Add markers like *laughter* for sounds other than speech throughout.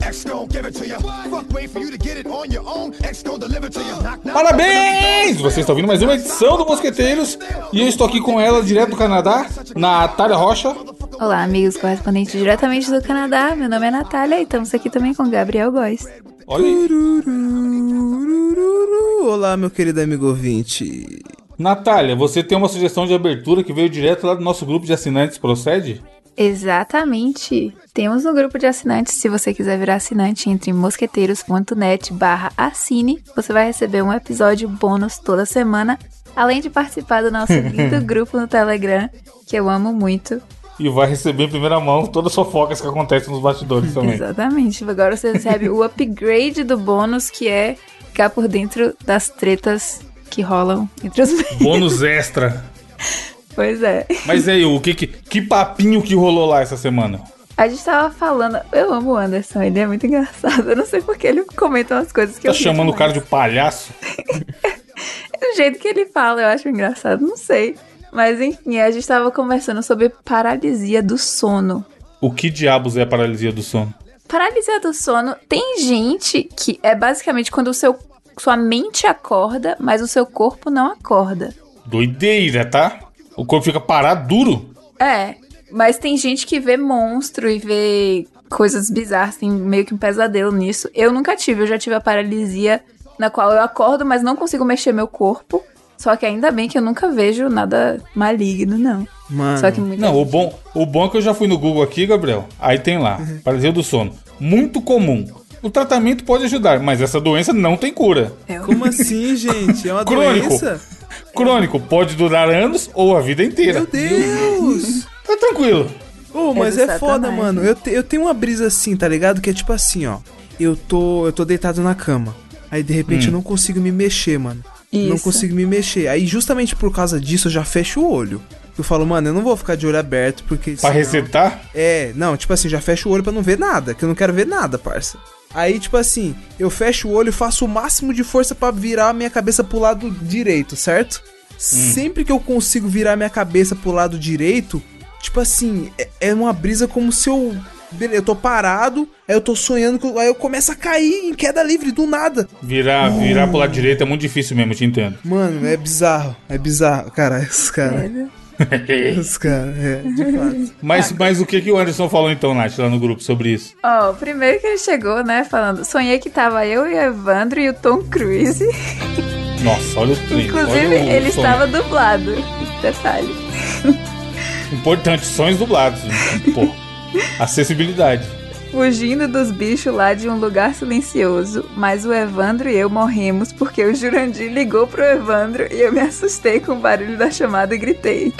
X gon' give it to you. Fuck, wait for you to get it on your own. X gon' deliver to you. Knock, knock. Parabéns! Vocês estão ouvindo mais uma edição do Mosqueteiros e eu estou aqui com ela direto do Canadá, Natália Rocha. Olá, amigos correspondentes diretamente do Canadá. Meu nome é Natália e estamos aqui também com Gabriel Góes. Olha aí. Turururururu. Olá, meu querido amigo ouvinte. Natália, você tem uma sugestão de abertura que veio direto lá do nosso grupo de assinantes, procede? Exatamente. Temos um grupo de assinantes. Se você quiser virar assinante, entre em mosqueteiros.net barra assine. Você vai receber um episódio bônus toda semana, além de participar do nosso lindo grupo no Telegram, que eu amo muito. E vai receber em primeira mão todas as fofocas que acontecem nos bastidores também. Exatamente. Agora você recebe o upgrade do bônus, que é ficar por dentro das tretas que rolam entre os *laughs* meios. Bônus extra. Pois é. Mas e aí, o que, que que papinho que rolou lá essa semana? A gente tava falando. Eu amo o Anderson, ele é muito *laughs* engraçado. Eu não sei porque ele comenta umas coisas que Tá eu. rio chamando o cara demais. de palhaço? Do jeito que ele fala, eu acho engraçado, não sei. Mas enfim, a gente tava conversando sobre paralisia do sono. O que diabos é a paralisia do sono? Paralisia do sono tem gente que é basicamente quando o seu sua mente acorda, mas o seu corpo não acorda. Doideira, tá? O corpo fica parado duro. É, mas tem gente que vê monstro e vê coisas bizarras, tem meio que um pesadelo nisso. Eu nunca tive, eu já tive a paralisia na qual eu acordo, mas não consigo mexer meu corpo. Só que ainda bem que eu nunca vejo nada maligno, não. Mano. Só que muita Não, o gente- bom, o bom é que eu já fui no Google aqui, Gabriel. Aí tem lá, Uhum. paralisia do sono. Muito comum. O tratamento pode ajudar, mas essa doença não tem cura. Eu- Como assim, gente? É uma Crônico. doença? Crônico pode durar anos ou a vida inteira. Meu Deus! Tá tranquilo. Ô, mas do é foda, Satanás, mano. né? Eu, te- eu tenho uma brisa assim, tá ligado? Que é tipo assim, ó. Eu tô, eu tô deitado na cama. Aí de repente Hum. eu não consigo me mexer, mano. Não Isso. consigo me mexer. Aí justamente por causa disso eu já fecho o olho. Eu falo, mano, eu não vou ficar de olho aberto porque Pra senão- recetar, É, não, tipo assim, já fecho o olho pra não ver nada, que eu não quero ver nada, parça. Aí, tipo assim, eu fecho o olho e faço o máximo de força pra virar a minha cabeça pro lado direito, certo? Hum. Sempre que eu consigo virar minha cabeça pro lado direito, tipo assim, é, é uma brisa como se eu. Beleza, eu tô parado, aí eu tô sonhando, que eu- aí eu começo a cair em queda livre do nada. virar, virar pro lado direito é muito difícil mesmo, eu te entendo. Mano, é bizarro, é bizarro. Cara, os caras. *laughs* Os caras, é, de fato. Mas, Ah. mas o que, que o Anderson falou então, Nath, lá no grupo sobre isso? Ó, o primeiro que ele chegou, né, falando, sonhei que tava eu e o Evandro e o Tom Cruise. Nossa, olha o trem. Inclusive, olha o ele sonho. estava dublado. Detalhe. Importante, sonhos dublados. *laughs* Pô, acessibilidade. Fugindo dos bichos lá de um lugar silencioso, mas o Evandro e eu morremos porque o Jurandir ligou pro Evandro e eu me assustei com o barulho da chamada e gritei.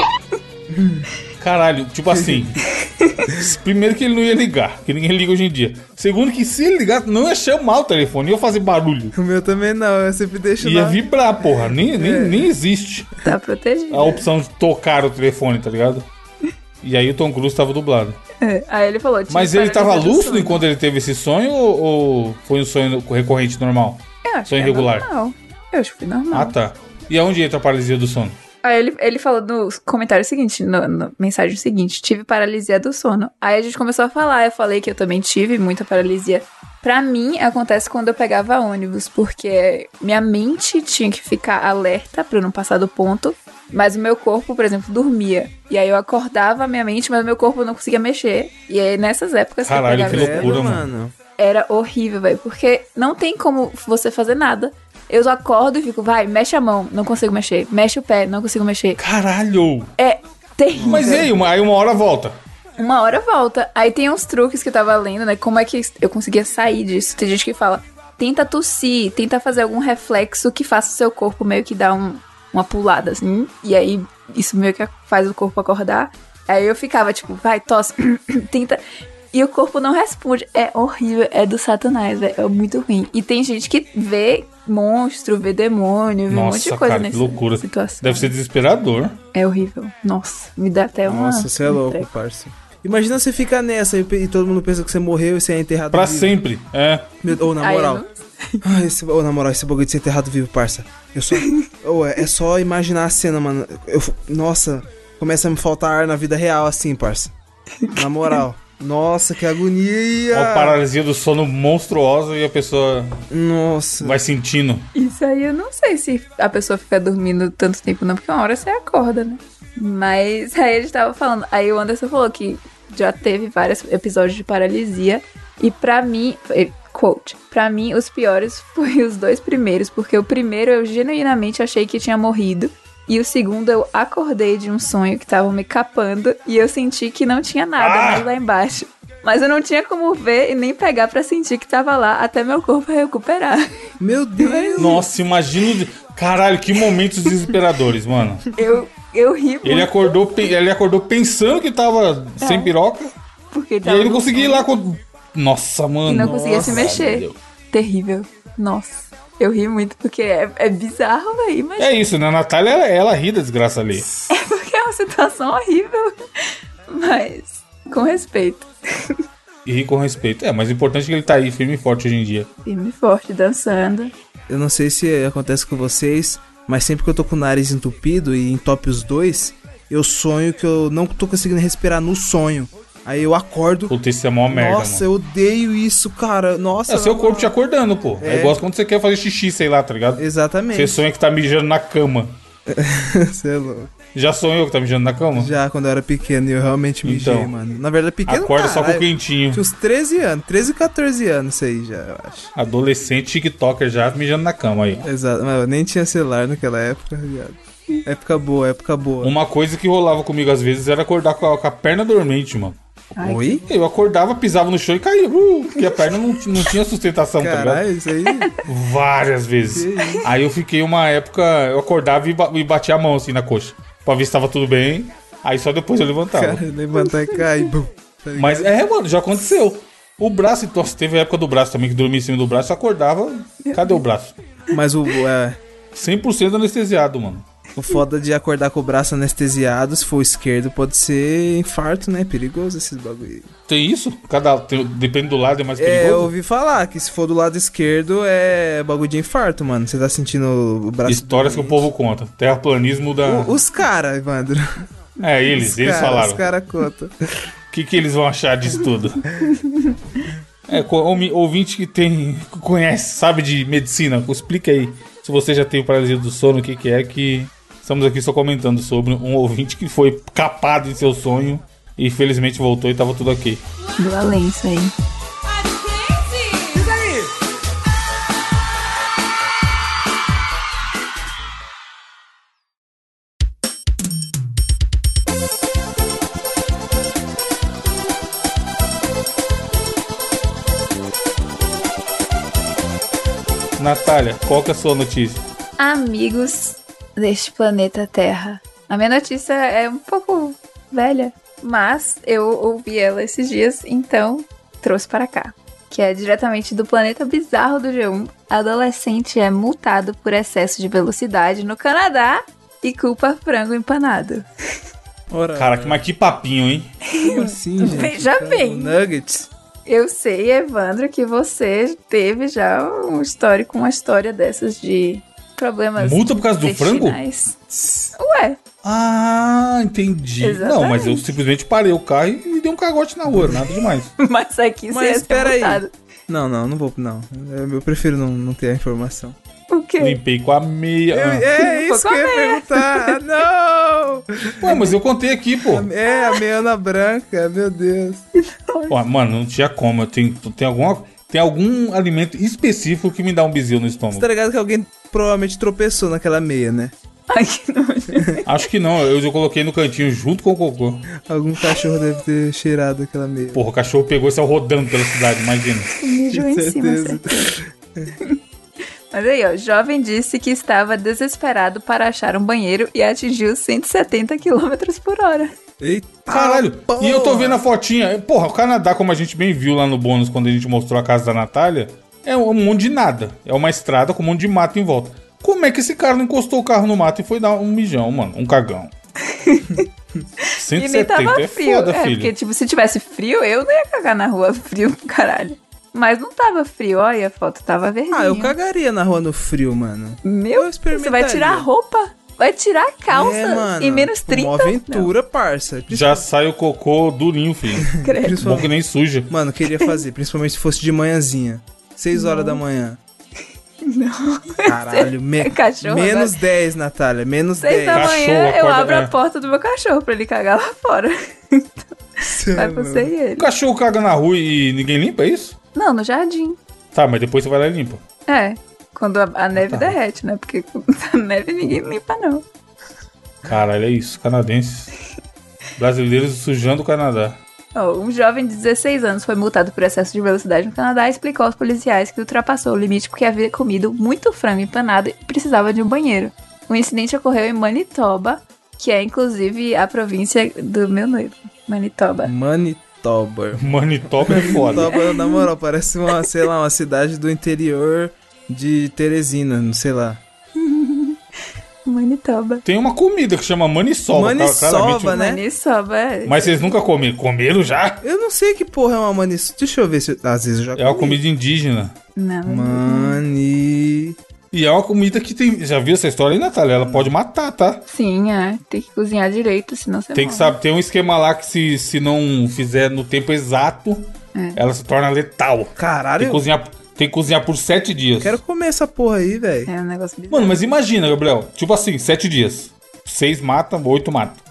Caralho, tipo *laughs* assim. primeiro que ele não ia ligar, que ninguém liga hoje em dia. Segundo que se ele ligar, não ia chamar o telefone, ia fazer barulho. O meu também não, eu sempre deixo Ia lá. vibrar, porra. É. Nem, nem, nem existe Tá protegido. a opção de tocar o telefone, tá ligado? E aí o Tom Cruise tava dublado. É, Aí ele falou. "Tive Mas ele tava paralisia do lúcido sono." enquanto ele teve esse sonho ou, ou foi um sonho recorrente normal? Eu acho Sonho que é irregular. normal. Eu acho que foi normal. Ah, tá. E aonde entra a paralisia do sono? Aí ele, ele falou no comentário seguinte, no- na mensagem seguinte, tive paralisia do sono. Aí a gente começou a falar, eu falei que eu também tive muita paralisia. Pra mim, acontece quando eu pegava ônibus, porque minha mente tinha que ficar alerta pra eu não passar do ponto, mas o meu corpo, por exemplo, dormia. E aí eu acordava a minha mente, mas o meu corpo não conseia mexer. E aí nessas épocas Caralho, que eu que pegava loucura, Credo, mano. era horrível, velho. Porque não tem como você fazer nada. Eu acordo e fico, vai, mexe a mão, não consigo mexer. Mexe o pé, não consigo mexer. Caralho! É terrível. Mas e aí, uma, aí uma hora volta. Uma hora volta. Aí tem uns truques que eu tava lendo, né? Como é que eu conseguia sair disso? Tem gente que fala, tenta tossir, tenta fazer algum reflexo que faça o seu corpo meio que dar um- uma pulada, assim. E aí isso meio que faz o corpo acordar. Aí eu ficava tipo, vai, tosse, *clears throat* tenta. E o corpo não responde. É horrível, é do satanás, velho. É muito ruim. E tem gente que vê monstro, vê demônio, vê um monte Nossa, de coisa cara, que nessa loucura. situação. Deve ser desesperador. É horrível. Nossa, me dá até uma. Nossa, você é um louco, treco. parça. Imagina você ficar nessa e, pe- e todo mundo pensa que você morreu e você é enterrado Pra vivo. sempre. É. Meu- Ou na Aí eu moral. não- *laughs* Ai, esse, ou na moral, esse bagulho de ser enterrado vivo, parça. Eu só. ou é, é só imaginar a cena, mano. Eu, f- nossa, começa a me faltar ar na vida real assim, parça. Na moral. Nossa, que agonia! Uma paralisia do sono monstruosa e a pessoa Nossa. vai sentindo. Isso aí eu não sei se a pessoa fica dormindo tanto tempo, não, porque uma hora você acorda, né? Mas *laughs* aí ele tava falando, aí o Anderson falou que já teve vários episódios de paralisia. E pra mim, eh, quote, pra mim os piores *laughs* foi os dois primeiros, porque o primeiro eu genuinamente achei que tinha morrido. E o segundo eu acordei de um sonho que tava me capando e eu senti que não tinha nada Ah! mais lá embaixo. Mas eu não tinha como ver e nem pegar pra sentir que tava lá até meu corpo recuperar. *laughs* Meu Deus! Nossa, imagina. o- Caralho, que momentos desesperadores, mano. Eu, eu ri muito. Ele é- acordou, pe- ele acordou pensando que tava sem piroca Porque e É. tava aí ele no- conseguia ir lá com. Nossa, mano. e não conseguia se Nossa, mexer. meu. Terrível. Nossa. Eu ri muito porque é, é bizarro, velho. Mas É isso, né? A Natália, ela, ela ri da desgraça ali. é porque é uma situação horrível. Mas com respeito. *laughs* E ri com respeito. É, mas o importante é que ele tá aí, firme e forte hoje em dia. Firme e forte, dançando. Eu não sei se acontece com vocês, mas sempre que eu tô com o nariz entupido e entope os dois, eu sonho que eu não tô conseguindo respirar no sonho. Aí eu acordo. Puta, isso é mó merda, mano. Nossa, eu odeio isso, cara. Nossa. É seu corpo te já. acordando, pô. É igual quando você quer fazer xixi, sei lá, tá ligado? Você Exatamente. sonha que tá mijando na cama. *laughs* Você é louco. Já sonhou que tá mijando na cama? Já quando eu era pequeno, eu realmente mijei, Então, mano. Na verdade, pequeno. Acorda só com o caralho. quentinho. Tinha uns 13 anos, 13, 14 anos isso aí já, eu acho. Adolescente TikToker já mijando na cama aí. Exato, mas eu nem tinha celular naquela época, viado. Época boa, época boa. Uma coisa que rolava comigo às vezes era acordar com a, com a perna dormente, mano. Ai, Oi? Eu acordava, pisava no chão e caía. Uh, porque a perna não, não tinha sustentação, tá ligado? Caralho, isso aí. Várias vezes. Aí eu fiquei uma época, eu acordava e, ba- e batia a mão assim na coxa. Pra ver se tava tudo bem. Aí só depois eu levantava. cara, levantar e *laughs* cair. bum. tá Mas é, mano, já aconteceu. O braço, nossa, teve a época do braço também, que dormia em cima do braço, eu acordava. Cadê o braço? Mas o, é, 100% anestesiado, mano. o foda de acordar com o braço anestesiado, se for o esquerdo, pode ser infarto, né? Perigoso esses bagulho. Tem isso? Cada, tem- depende do lado, é mais É, eu perigoso. ouvi falar que se for do lado esquerdo é bagulho de infarto, mano. Você tá sentindo o braço. Histórias que o povo conta. Terraplanismo da. O- Os caras, Evandro. É, *laughs* eles, Os eles cara, falaram. Os caras contam. O que, que eles vão achar disso tudo? é, co- ouvi- ouvinte que tem, que conhece, sabe de medicina, explica aí. Se você já teve paralisia do sono, o que, que é que. Estamos aqui só comentando sobre um ouvinte que foi capado em seu sonho e felizmente voltou e tava tudo ok. do além isso aí. Natália, qual que é a sua notícia? Amigos deste planeta Terra. A minha notícia é um pouco velha, mas eu ouvi ela esses dias, então trouxe para cá. Que é diretamente do planeta bizarro do G1. Adolescente é multado por excesso de velocidade no Canadá e culpa frango empanado. Ora, Caraca, mas que papinho, hein? como assim, gente? Veja bem. Nuggets. Eu sei, Evandro, que você teve já um histórico, uma história dessas de problemas. Multa por causa do frango? intestinais. Ué, *laughs* Ah, entendi. Não, mas eu simplesmente parei o carro e dei um cagote na rua, nada demais. *laughs* mas aqui você Mas ia ser espera aí. multado. Não, não, não vou. Não. Eu, eu prefiro não, não ter a informação. O quê? Limpei com a meia. Eu- é Não isso que eu ia perguntar. Ah, não! Ah. Ué, mas eu contei aqui, pô. É, a meiana branca, meu Deus. Ó, mano, não tinha como. Eu tenho, tem, alguma, tem algum alimento específico que me dá um bezil no Você tá estômago. ligado que alguém provavelmente tropeçou naquela meia, né? *laughs* Ai, que nojo. Acho que não. Eu, eu coloquei no cantinho junto com o cocô. Algum cachorro deve ter cheirado aquela meia. Porra, o cachorro pegou e saiu rodando pela cidade, imagina. Mijou é em cima, certeza. certeza. *laughs* Mas aí, ó, jovem disse que estava desesperado para achar um banheiro e atingiu 170 km por hora. Eita! Caralho, porra. e eu tô vendo a fotinha. Porra, o Canadá, como a gente bem viu lá no bônus quando a gente mostrou a casa da Natália, é um monte de nada. É uma estrada com um monte de mato em volta. Como é que esse cara não encostou o carro no mato e foi dar um mijão, mano? Um *laughs* cagão. E nem 170 tava é frio. foda, é, filho. porque, tipo, se tivesse frio, eu não ia cagar na rua *laughs* frio, caralho. Mas não tava frio, olha a foto, tava verdinha. Ah, eu cagaria na rua no frio, mano. Meu, eu você vai tirar a experimentaria. roupa? vai tirar a calça É, mano, em menos tipo, Uma 30. aventura, parça. É, Já sai o cocô durinho, filho. *laughs* Credo. Bom que nem suja. Mano, queria fazer, principalmente se fosse de manhãzinha. 6 horas da manhã. Não. *laughs* Caralho, me... Cachorro, menos 10, Natália. Menos Seis 10. da manhã Cachorro, eu acorda- abro é. a porta do meu cachorro pra ele cagar lá fora. *laughs* Então, Nossa, Vai mano. você e O ele. cachorro caga na rua e ninguém limpa, é isso? Não, no jardim. Tá, mas depois você vai lá e limpa. É. Quando a, a Ah, neve tá. derrete, né? Porque *laughs* a neve ninguém limpa, não. Caralho, é isso. Canadenses. Brasileiros sujando o Canadá. Ó, um jovem de 16 anos foi multado por excesso de velocidade no Canadá e explicou aos policiais que ultrapassou o limite porque havia comido muito frango empanado e precisava de um banheiro. O incidente ocorreu em Manitoba, que é inclusive a província do meu noivo. Manitoba. Manitoba. Manitoba é foda. Manitoba, na moral, parece uma, sei lá, uma cidade do interior de Teresina, não sei lá. Manitoba. Tem uma comida que chama maniçoba. Maniçoba, claramente um- né? Manitoba é. Mas vocês nunca comeram. Comeram já? Eu não sei que porra é uma maniçoba. Deixa eu ver se. eu- Às vezes eu já É uma comida indígena. Não, Mani. E é uma comida que tem. Já viu essa história aí, Natália? Ela pode matar, tá? Sim, é. Tem que cozinhar direito, senão você Tem que morre. saber, tem um esquema lá que se, se não fizer no tempo exato, ela se torna letal. Tem Caralho, que, eu cozinhar, tem que cozinhar por sete dias. quero comer essa porra aí, velho. É um negócio bizarro. Mano, mas imagina, Gabriel. Tipo assim, sete dias. Seis mata, oito mata.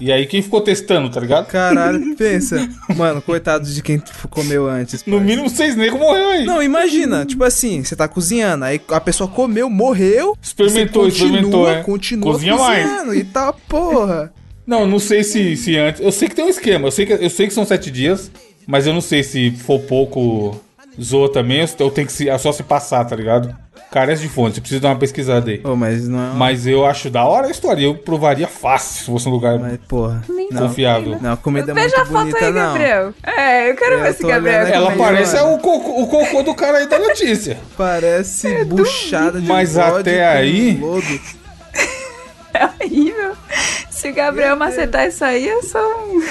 e aí quem ficou testando, tá ligado? *laughs* Caralho, pensa. Mano, coitado de quem comeu antes. No mínimo seis negros morreu aí. Não, imagina, tipo assim, você tá cozinhando, aí a pessoa comeu, morreu. Experimentou, você continua, experimentou, é. Continua Cozinha mais. cozinhando e tá porra. Não, não sei se, se antes. Eu sei que tem um esquema. Eu sei que, eu sei que são sete dias, mas eu não sei se for pouco zoa também. Eu, eu tenho que se, é só se passar, tá ligado? Carece de fonte, você precisa dar uma pesquisada aí. Ô, mas não é. Mas eu acho da hora a história. Eu provaria fácil se fosse um lugar Mas, porra. Nem Não, sei. confiável. não, a comida é muito Veja a foto bonita, aí, não. Gabriel. É, eu quero Eu ver esse tô Gabriel. olhando aqui. Ela Mas, parece é mano. o cocô, o cocô do cara aí da notícia. Parece buchada de Mas bode até com aí- lodo. É horrível. Se o Gabriel macetar isso aí, eu sou um.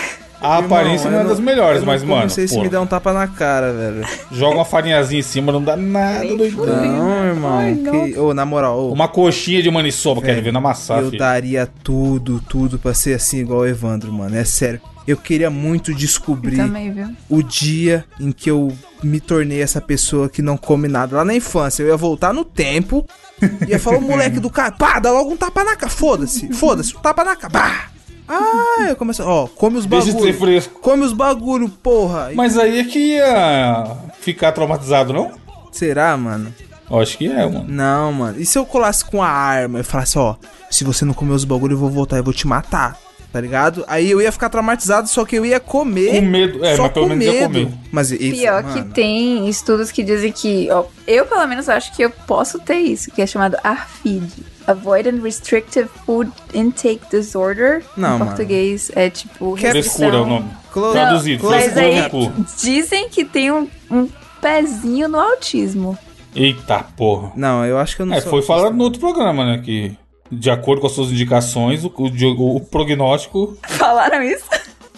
A Irmão, aparência não é eu das melhores, eu mas, como mano, Não sei se pô, me dá um tapa na cara, velho. joga uma farinhazinha em cima, não dá nada doidão. Não, Ai, irmão. nossa. que- Ô, na moral, ô, Uma coxinha de maniçoba, quero ver na massagem. É, eu tá- daria tudo, tudo pra ser assim igual o Evandro, mano. É sério. Eu queria muito descobrir Também, viu? o dia em que eu me tornei essa pessoa que não come nada lá na infância. Eu ia voltar no tempo, ia falar o moleque do cara, pá, dá logo um tapa na cara, foda-se, foda-se, um tapa na cara, pá. Ah, eu começo, ó, come os Deixa de bagulho. ser fresco. Come os bagulho, porra. Mas aí é que ia ficar traumatizado, não? Será, mano? Eu acho que é, mano. Não, mano. E se eu colasse com a arma e falasse, ó, se você não comer os bagulho, eu vou voltar e vou te matar. Tá ligado? Aí eu ia ficar traumatizado, só que eu ia comer. Com medo, é, só mas pelo com menos ia medo. comer. Mas isso, Pior mano, que tem estudos que dizem que. ó, eu, pelo menos, acho que eu posso ter isso, que é chamado ARFID Avoidant Restrictive Food Intake Disorder. Não, em mano. português é tipo. Que é Frescura é o nome. Close- Não, Traduzido, mas frescura aí no cu. dizem que tem um, um pezinho no autismo. *laughs* Eita porra. Não, eu acho que eu não É, sou foi autista. falado no outro programa, né? Que de acordo com as suas indicações, o, o di- o prognóstico. Falaram isso?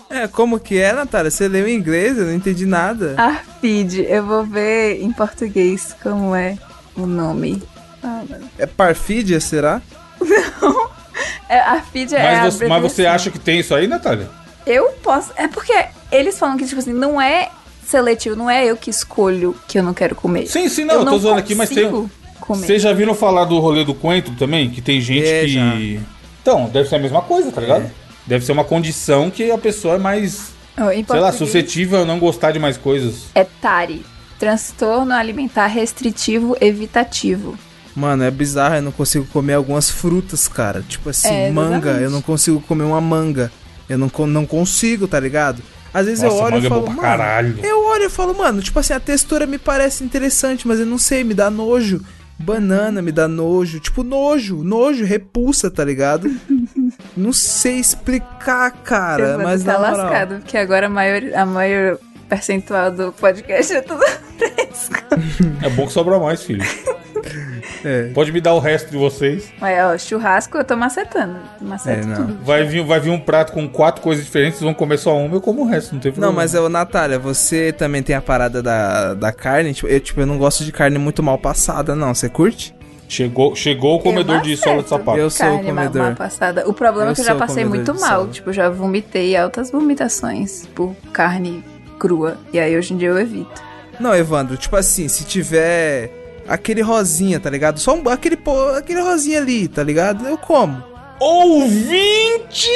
É, como que é, Natália? Você leu em inglês, eu não entendi nada. ARFID, Ah, eu vou ver em português como é o nome. Ah, mano. É parfídia, será? É, ARFID é a mas, você, mas você abreviação. acha que tem isso aí, Natália? Eu posso. É porque eles falam que, tipo assim, não é seletivo, não é eu que escolho que eu não quero comer. Sim, sim, não, eu tô zoando aqui, mas tem- consigo Comer. Vocês já viram falar do rolê do coentro também? Que tem gente É, que. já. É. Então, deve ser a mesma coisa, tá ligado? Deve ser uma condição que a pessoa é mais, Ó, em sei lá, português, suscetível a não gostar de mais coisas. É TARI. Transtorno alimentar restritivo evitativo. Mano, é bizarro, eu não consigo comer algumas frutas, cara. Tipo assim, É, manga, exatamente. eu não consigo comer uma manga. Eu não, con- não consigo, tá ligado? Às vezes eu Nossa, olho manga e é falo, bom pra mano, caralho." eu olho e falo, mano, tipo assim, a textura me parece interessante, mas eu não sei, me dá nojo. Banana me dá nojo, tipo nojo, nojo, repulsa, *laughs* tá ligado? não sei explicar, cara, Evandro mas tá na moral. lascado, porque agora a maior, a maior percentual do podcast é tudo *laughs* fresco. É bom que sobra mais, filho. É. Pode me dar o resto de vocês. Mas, ó, churrasco eu tô macetando. Maceto É, não. tudo. Vai vir, vai vir um prato com quatro coisas diferentes, vocês vão comer só uma, eu como o resto, não tem Não, problema. mas, ô, Natália, você também tem a parada da, da carne? Tipo eu, tipo, eu não gosto de carne muito mal passada, não. Você curte? Chegou, chegou o comedor Irmã de sola de certo. sapato. Eu sou o Carne, uma- comedor. uma passada. O problema Eu é que eu já sou o passei muito comedor de mal. sola. Tipo, já vomitei altas vomitações por carne crua. E aí hoje em dia eu evito. *laughs* Não, Evandro, tipo assim, se tiver aquele rosinha, tá ligado? Só um, aquele, po- aquele rosinha ali, tá ligado? Eu como. Ouvinte!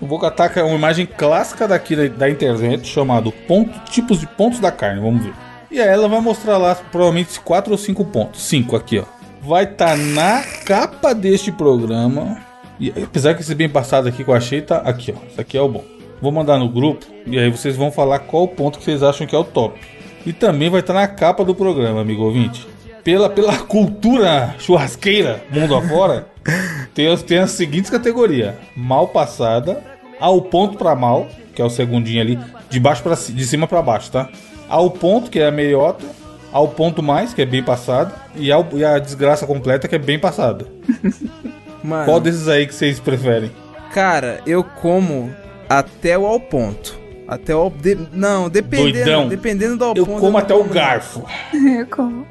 Eu vou catar uma imagem clássica daqui da, da internet chamado ponto, tipos de pontos da carne, vamos ver. E aí ela vai mostrar lá provavelmente quatro ou cinco pontos. Cinco aqui, ó. Vai estar na capa deste programa. E apesar que esse bem passado aqui que eu achei tá aqui, ó. Isso aqui é o bom. Vou mandar no grupo e aí vocês vão falar qual o ponto que vocês acham que é o top. E também vai estar na capa do programa, amigo ouvinte. Pela, pela cultura churrasqueira mundo afora, tem, as- tem as seguintes categorias: mal passada, ao ponto pra mal, que é o segundinho ali, de baixo para de cima pra baixo, tá? Ao ponto, que é a meiota, ao ponto mais, que é bem passada, e, ao- e a desgraça completa, que é bem passada. Mano, Qual desses aí que vocês preferem? cara, eu como até o ao ponto. Até o. de- não, dependendo. Doidão. Dependendo do ao Eu ponto. como não até o não. garfo. Eu como.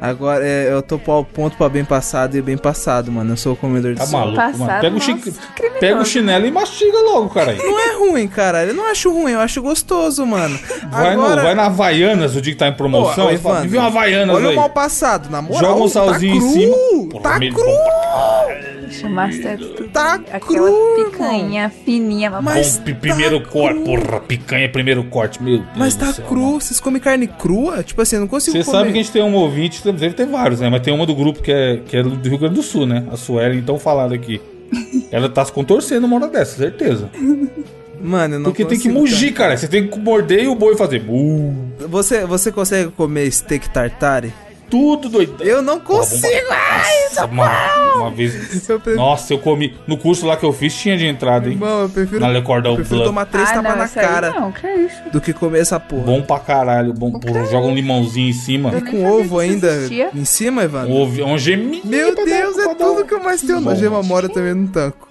Agora, é, eu tô pro ao ponto pra bem passado e bem passado, mano. Eu sou o comedor de Tá sopa. maluco, mano. Passado, Pega o, nossa, chi- criminoso. pega o chinelo e mastiga logo, cara. Não é ruim, cara. Eu não acho ruim, eu acho gostoso, mano. Vai, no- vai na Havaianas o dia que tá em promoção. Pô, e fala, Evandro, "Me vê uma Havaianas Olha aí. o mal passado, na moral. Joga um salzinho tá em cru, cima. Porra, Tá milho cru, Chamaste tudo. tá Aquela cru, irmão. picanha fininha, uma Mas- Bom, pi- tá primeiro cru. corte, porra, picanha, é primeiro corte, meu Deus Mas do tá céu, cru, mano. vocês comem carne crua? Tipo assim, eu não consigo Você comer. sabe que a gente tem um ouvinte, deve ter vários, né? Mas tem uma do grupo que é, que é do Rio Grande do Sul, né? A Suelen, então falada *laughs* aqui. Ela tá se contorcendo uma hora dessa, certeza. Mano, eu não Porque tem que consigo, mugir, cara. Você tem que morder e o boi fazer. "Mu". cara. Você, você consegue comer steak tartare? Tudo doidão. Eu não consigo! Nossa, mano, uma vez. *laughs* Eu prefiro- Nossa, eu comi. No curso lá que eu fiz tinha de entrada, hein? Irmão, eu prefiro, Na Lecordão eu prefiro Blanc. tomar três ah, tapas não, na isso aí cara Não, que é isso. do que comer essa porra. Bom pra caralho. Bom, porra, joga um limãozinho em cima. e nem com sabia ovo que isso ainda existia. tá em cima, Evandro? Ouve, é um gemido. Meu Deus, um é tudo que eu mais tenho Bom. no Gema Mora também não tanco.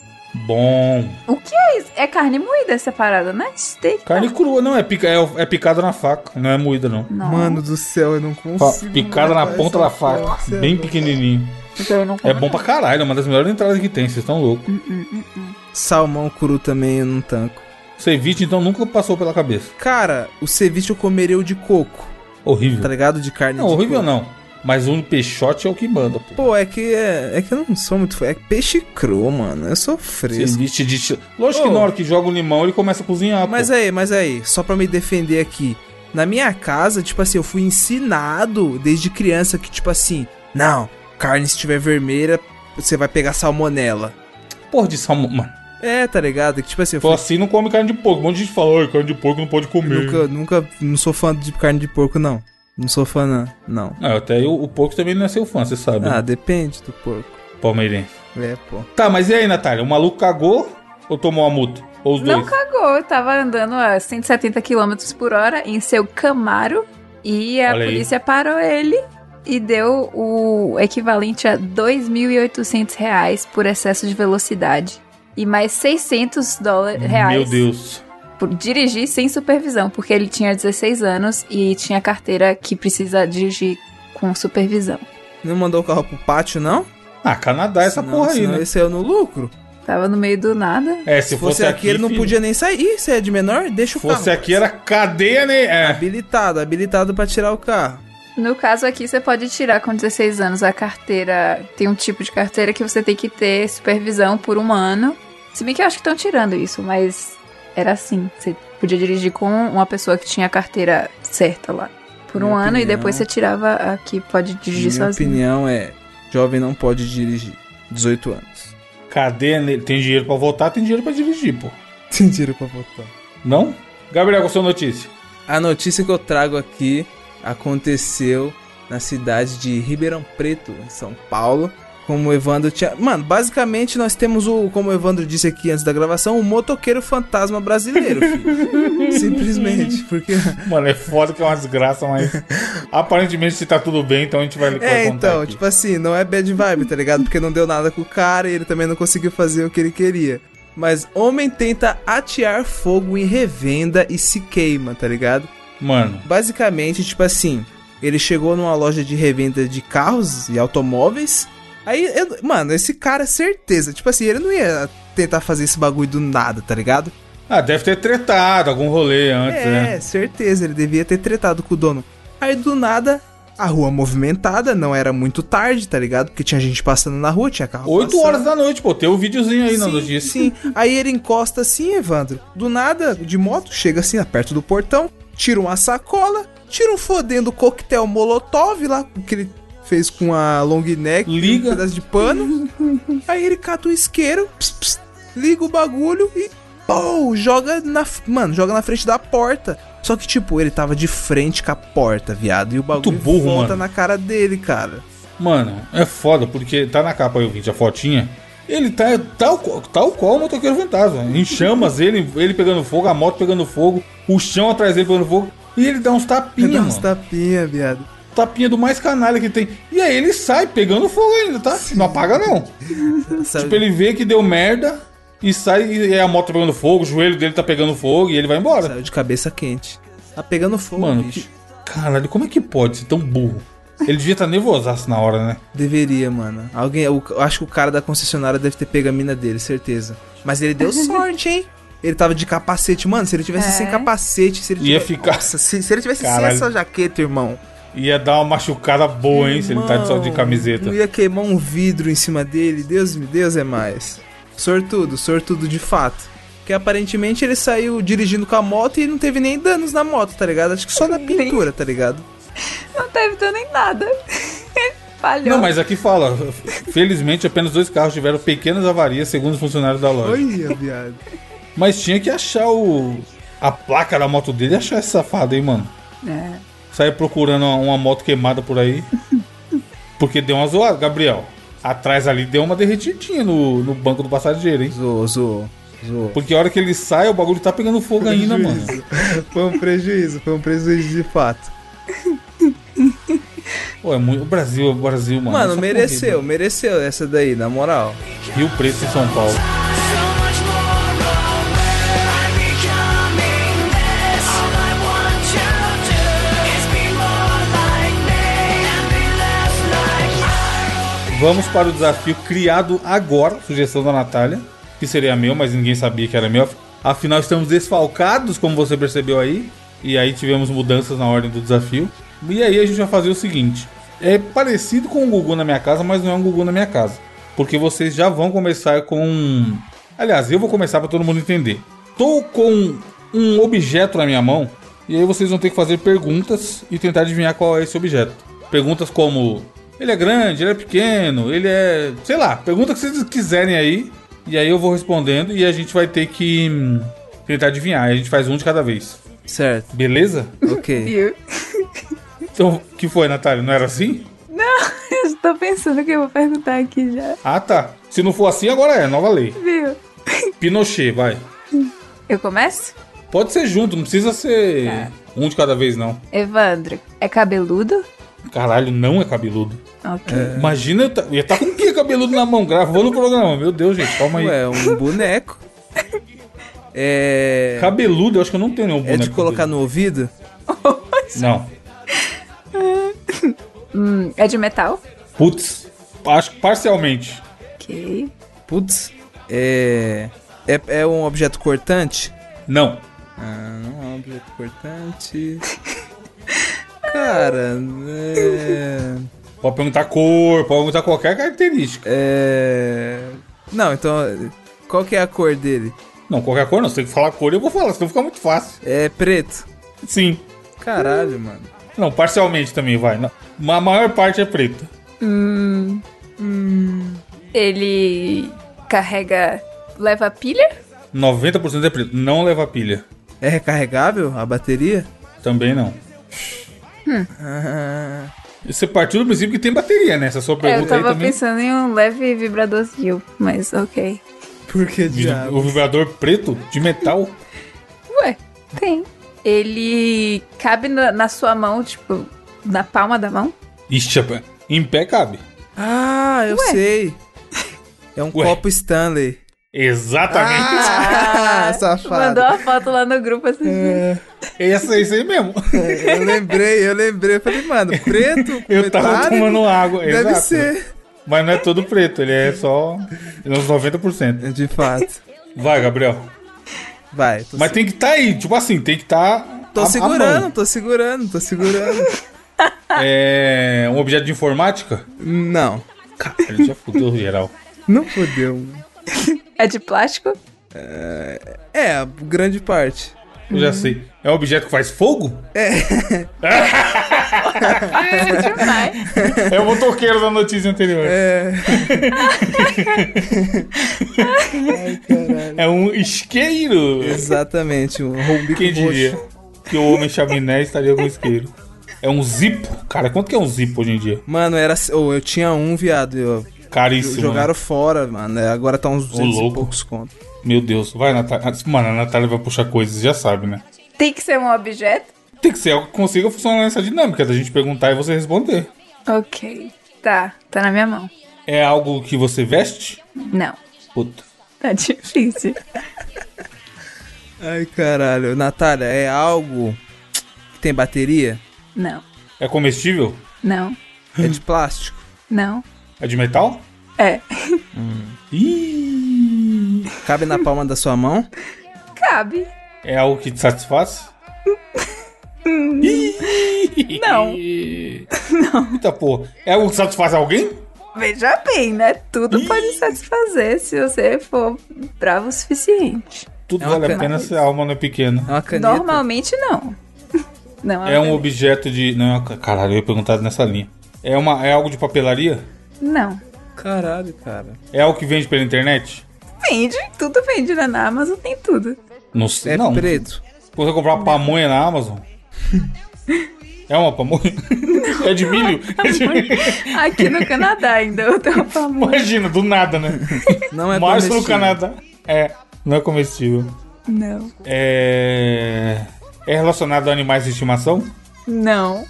Bom. O que é isso? É carne moída separada, né? Steak. Carne crua, não, é, pica, é, é picada na faca, não é moída, não. Não. Mano do céu, eu não Fa- consigo. picada na mais ponta essa da faca, porra, cê é bem louco. pequenininho. Então eu não como É bom pra caralho, é uma das melhores entradas que tem, vocês estão loucos. Salmão cru também eu não tanco. Ceviche, então, nunca passou pela cabeça. Cara, o ceviche eu comeria o de coco, tá Horrível. ligado? De carne Não, de horrível coco. não. Mas um peixote é o que manda, pô. Pô, é que é, é que eu não sou muito fã. É peixe cru, mano. Eu sou fresco. Ceviche de... chi- Lógico Ô. que na hora que joga o limão, ele começa a cozinhar, pô. Mas é- aí, mas aí, só pra me defender aqui. Na minha casa, tipo assim, eu fui ensinado desde criança que, tipo assim, não, carne se tiver vermelha, você vai pegar salmonela. Porra de salmão, mano. É, tá ligado? Que, tipo assim, eu Pô, fui, assim não come carne de porco. Um monte de gente fala, "Ai, carne de porco não pode comer. nunca, nunca, não sou fã de carne de porco, não. Não sou fã, não. não. Ah, até aí o, o porco também não é seu fã, você sabe, Ah, né? depende do porco. palmeirense. É, pô. Tá, mas e aí, Natália? O maluco cagou ou tomou a multa? Ou os Não dois? cagou, eu tava andando a 170 km por hora em seu Camaro e a Olha aí. polícia parou ele e deu o equivalente a 2.800 reais por excesso de velocidade e mais 600 dólares reais Meu Deus. por dirigir sem supervisão, porque ele tinha 16 anos e tinha carteira que precisa dirigir com supervisão. Não mandou o carro pro pátio, não? Ah, Canadá, essa Senão- porra aí, senão né? Ele saiu no lucro. Tava no meio do nada. É, Se fosse aqui, ele não filho, podia nem sair. Se é de menor, deixa Se o carro. fosse aqui, era cadeia, né? É. Habilitado, habilitado pra tirar o carro. No caso aqui, você pode tirar com 16 anos a carteira. Tem um tipo de carteira que você tem que ter supervisão por um ano. Se bem que eu acho que estão tirando isso, mas era assim. Você podia dirigir com uma pessoa que tinha a carteira certa lá por um Minha ano e opinião- depois você tirava a que pode dirigir Minha sozinho. opinião é: jovem não pode dirigir. 18 anos. Cadeia nele. Tem dinheiro pra votar, tem dinheiro pra dirigir, pô. Tem dinheiro pra votar. Não? Gabriel, qual a sua notícia? A notícia que eu trago aqui aconteceu na cidade de Ribeirão Preto, em São Paulo. Como o Evandro tinha. Mano, basicamente nós temos o, como o Evandro disse aqui antes da gravação, o motoqueiro fantasma *laughs* brasileiro, filho. Simplesmente. Porque. Mano, é foda que é uma desgraça, *laughs* mas aparentemente se tá tudo bem, então a gente vai lhe É, contar então, aqui. tipo assim, não é bad vibe, tá ligado? Porque não deu nada com o cara e ele também não conseguiu fazer o que ele queria. Mas homem tenta atear fogo em revenda e se queima, tá ligado? Mano, Basicamente, tipo assim, Ele chegou numa loja de revenda de carros e automóveis. Aí, eu- mano, esse cara, certeza. Tipo assim, ele não ia tentar fazer esse bagulho do nada, tá ligado? Ah, deve ter tretado algum rolê antes, né? É, certeza, ele devia ter tretado com o dono. Aí do nada, a rua movimentada, não era muito tarde, tá ligado? Porque tinha gente passando na rua, tinha carro 8 passando. horas da noite, pô. Tem um videozinho aí na sim, notícia. sim. Aí ele encosta assim, Evandro. Do nada, de moto, chega assim, perto do portão, tira uma sacola, tira um fodendo coquetel molotov lá, que ele fez com a long neck, Liga. um pedaço *laughs* de pano. Aí ele cata um isqueiro, ps, ps, liga o bagulho e pô, joga na, f- mano, joga na frente da porta. Só que tipo, ele tava de frente com a porta, viado, e o bagulho burro, volta mano. na cara dele, cara. Mano, é foda, porque tá na capa aí, ouvinte, a fotinha. Ele tá tal, qual- tal qual o motoqueiro fantasma. Em chamas, ele, ele pegando fogo, a moto pegando fogo, o chão atrás dele pegando fogo. E ele dá uns tapinhas, Dá mano. uns tapinha, viado. Tapinha do mais canalha que tem. E aí ele sai pegando fogo ainda, tá? Não apaga não. Sabe? Tipo, ele vê que deu merda e sai e a moto tá pegando fogo, o joelho dele tá pegando fogo e ele vai embora. Saiu de cabeça quente. Tá pegando fogo, Mano, bicho. que... caralho, como é que pode ser tão burro? Ele devia estar nervosaço na hora, né? Deveria, mano. Alguém, eu acho que o cara da concessionária deve ter pego a mina dele, certeza. Mas ele *laughs* deu sorte, hein? Ele tava de capacete, mano. Se ele tivesse É. sem capacete, se ele Ia tivesse. ficar- Nossa, se, se ele tivesse Caralho. sem essa jaqueta, irmão. Ia dar uma machucada boa, hein, se ele tá só de camiseta. Não ia queimar um vidro em cima dele. Deus me Deus é mais. Sortudo, sortudo de fato. Porque aparentemente ele saiu dirigindo com a moto e não teve nem danos na moto, tá ligado? Acho que só na pintura, tá ligado? Não tá evitando em nada. *laughs* Falhou. Não, mas aqui fala. Felizmente, apenas dois carros tiveram pequenas avarias, segundo os funcionários da loja. Olha, viado. Mas tinha que achar o. A placa da moto dele e achar esse safado aí, mano. É. Sair procurando uma, uma moto queimada por aí. Porque deu uma zoada, Gabriel. Atrás ali deu uma derretidinha no, no banco do passageiro, hein? Zoou, zoou, zoou. Porque a hora que ele sai, o bagulho tá pegando fogo ainda, mano. Foi um prejuízo, foi um prejuízo de fato. Pô, é muito. O Brasil, o Brasil, mano. Mano, Essa mereceu, mereceu essa daí, na moral. corrida. Rio Preto em São Paulo. So much more I'm becoming this. All I want to do is be more like me and be less like Vamos para o desafio criado agora, sugestão da Natália, que seria meu, mas ninguém sabia que era meu. Afinal, estamos desfalcados, como você percebeu aí, e aí tivemos mudanças na ordem do desafio. E aí a gente vai fazer o seguinte: é parecido com o Gugu na minha casa, mas não é um Gugu na minha casa, porque vocês já vão começar com. um, Aliás, eu vou começar para todo mundo entender. Tô com um objeto na minha mão, e aí vocês vão ter que fazer perguntas e tentar adivinhar qual é esse objeto. Perguntas como ele é grande, ele é pequeno, ele é. Sei lá, pergunta que vocês quiserem aí. E aí eu vou respondendo e a gente vai ter que hum, tentar adivinhar. A gente faz um de cada vez. Certo, Beleza? *laughs* ok. Viu? Então, que foi, Natália? Não era assim? Eu tô pensando que eu vou perguntar aqui já. Ah, tá. Se não for assim, agora é, nova lei. Viu? Pinochet, vai. Eu começo? Pode ser junto, não precisa ser um de cada vez, não. Evandro, é cabeludo? Caralho, não é cabeludo. Ok. É. Imagina, eu tá- eu ia estar com o que cabeludo na mão, gravando o programa. Meu Deus, gente, calma aí. Ué, um boneco. É. Cabeludo, eu acho que eu não tenho nenhum É de boneco colocar no ouvido? cabeludo. Não. Hum, é de metal? Putz, acho que parcialmente. Ok. Putz. É. É, é um objeto cortante? Não. Ah, não é um objeto cortante. Cara, é. Pode perguntar cor, pode perguntar qualquer característica. É. Não, então. Qual que é a cor dele? Não, qualquer cor não. Se tem que falar cor, eu vou falar, senão fica muito fácil. É preto. Sim. Caralho, mano. Não, parcialmente também vai. Não. A maior parte é preta. Ele carrega. leva pilha? 90% é preto. Não leva pilha. É recarregável a bateria? Também não. Hum. Ah. *laughs* Você partiu do princípio que tem bateria, né? Essa sua É, eu pergunta aí tava também. pensando em um leve vibradorzinho, mas ok. Por que Vi- O vibrador preto de metal. Ué, tem. Ele cabe na, na sua mão, tipo, na palma da mão? Ixi, rapaz, em pé cabe. Ah, eu Ué. sei. É um Ué. copo Stanley. Exatamente. Ah, safado. Mandou a foto lá no grupo assim. Essa é isso aí mesmo. Eu lembrei, eu lembrei. Eu falei, mano, preto com *laughs* Eu tava metálico, tomando água. Deve exato. ser. Mas não é todo preto, ele é só uns 90%. De fato. Vai, Gabriel. Vai. Tô, Mas tem que tá aí, tipo assim, tem que tá. tô a- a segurando, mão. tô segurando, tô segurando. É. Um objeto de informática? Não. Caralho, já fudeu *laughs* geral. Não fodeu. É de plástico? É, grande parte. Eu já sei. É um objeto que faz fogo? É demais. É o motoqueiro da notícia anterior. É. *laughs* um isqueiro. Exatamente, um rombico Quem diria roxo. que o homem chaminé estaria com isqueiro? É um zipo? Cara, quanto que é um zipo hoje em dia? Mano, era. Ou eu tinha um, viado. Eu, Caríssimo. né? jogaram fora, mano. é, Agora tá uns 200 e louco. poucos conto. Meu Deus. Vai, Natália. Ah, Mano, a Natália vai puxar coisas, já sabe, né? *laughs* Tem que ser um objeto? Tem que ser algo que consiga funcionar nessa dinâmica da gente perguntar e você responder. Ok. Tá, tá na minha mão. É algo que você veste? Não, Puta. tá difícil. Ai, caralho. Natália, é algo que tem bateria? Não, É comestível? não, É de plástico? não. É de metal? É. Ih. Cabe na palma da sua mão? Cabe. É algo que te satisfaz? Não. Eita porra. É algo que satisfaz alguém? Veja bem, né? Tudo pode satisfazer se você for bravo o suficiente. Tudo É uma vale a caneta. pena se a alma não é pequena. É uma caneta? Normalmente não. *laughs* Não É um objeto de. Não, é uma- caralho, eu ia perguntar nessa linha. É, uma, é algo de papelaria? Não. Caralho, cara. É algo que vende pela internet? Vende, tudo vende, né? Na Amazon tem tudo. Não sei. É não. preto? Você comprar uma pamonha na *laughs* Amazon? É uma pamonha? É de *laughs* milho? É de milho. Aqui no Canadá ainda, eu tenho famoso. Imagina, do nada, né? um Não é Março no comestível. Canadá. É, não é comestível. Não. É. É relacionado a animais de estimação? Não.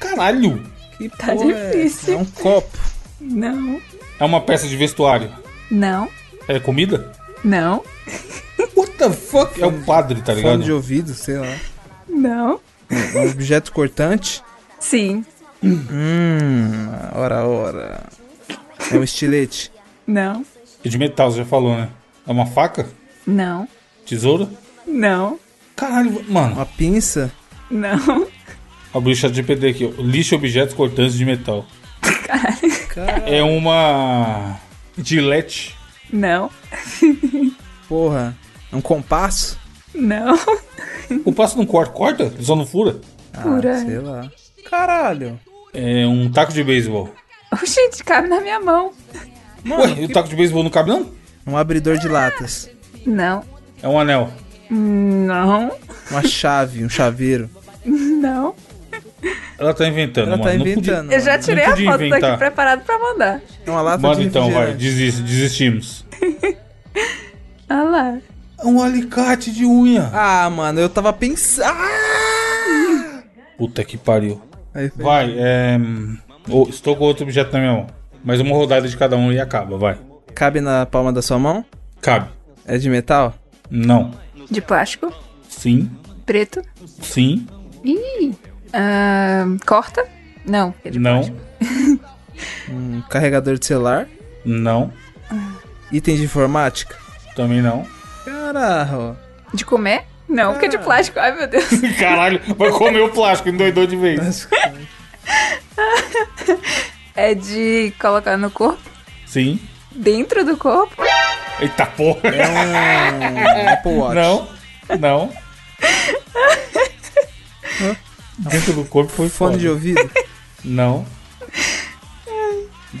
Caralho! Que Tá porra é essa? difícil. É um copo. Não. É uma peça de vestuário? Não. É comida? Não. What the fuck? É o padre, tá Um Fone ligado? de ouvido, sei lá. Não. É um objeto cortante? Sim. Hum, ora, ora. É um estilete? Não. É de metal, você já falou, né? É uma faca? Não. Tesoura? Não. Caralho, mano. Uma pinça? Não. Abri o chat GPD aqui. ó. Lixo e objetos cortantes de metal. Cara, É uma. Dilete. Não. porra. É um compasso? Não. *laughs* O passo não corta, corta? Só não fura? Ah, Pura. sei lá. Caralho. É um taco de beisebol. Oh, gente, cabe na minha mão. Ué, e o taco de beisebol não cabe, não? Um abridor de latas. Não. É um anel. Não. Uma chave, um chaveiro. Não. Ela tá inventando, Ela mano. Não tá podia- inventando. Eu já né? tirei a podia foto inventar. daqui preparado pra mandar. É uma lata Manda de então, vai. refrigerante. Desiste, desistimos. Olha Ah lá. É um alicate de unha. Ah, mano, eu tava pensando. Ah! Puta que pariu. Aí foi. Vai, é. hum, ô, estou com outro objeto na minha mão. Mais uma rodada de cada um e acaba, vai. Cabe na palma da sua mão? Cabe. É de metal? Não. De plástico. Sim. Preto. Sim. Ih. Ahn, corta? Não. é de Não. plástico. Um carregador de celular? Não. Item de informática? Também não. Caralho. De comer? Não, porque é de plástico. Ai, meu Deus. Caralho, vai comer o plástico, endoidou de vez. *laughs* É de colocar no corpo? Sim. Dentro do corpo? Eita porra. É um Apple Watch. Não. Não. Dentro do corpo foi Fone de foda. ouvido? Não.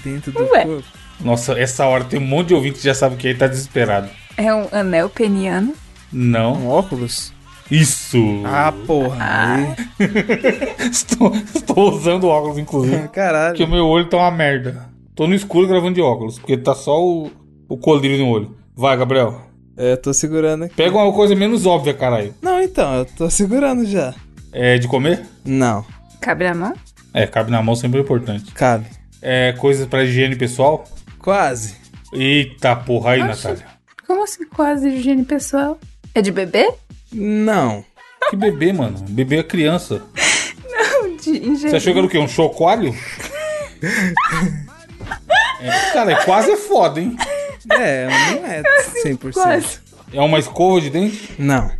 Dentro do Ué. corpo. Nossa, essa hora tem um monte de ouvinte que já sabe que aí tá desesperado. É um anel peniano? Não. Um óculos? Isso! Ah, porra. Ah. aí. Estou, estou usando óculos, inclusive. Caralho. Porque o meu olho tá uma merda. Tô no escuro gravando de óculos, porque tá só o, o colírio no olho. Vai, Gabriel. É, eu tô segurando aqui. Pega uma coisa menos óbvia, caralho. Não, então, eu tô segurando já. É de comer? Não, Cabe na mão? É, cabe na mão sempre é importante. cabe. É coisas pra higiene pessoal? Quase. Eita porra aí, Natália. Como assim quase de higiene pessoal? É de bebê? *laughs* Não. Que bebê, mano? Bebê é criança. De higiene. Você achou que era o quê? Um chocoalho? É, cara, é quase é foda, hein? É, não é *laughs* 100%. Quase. É uma escova de dente? Não,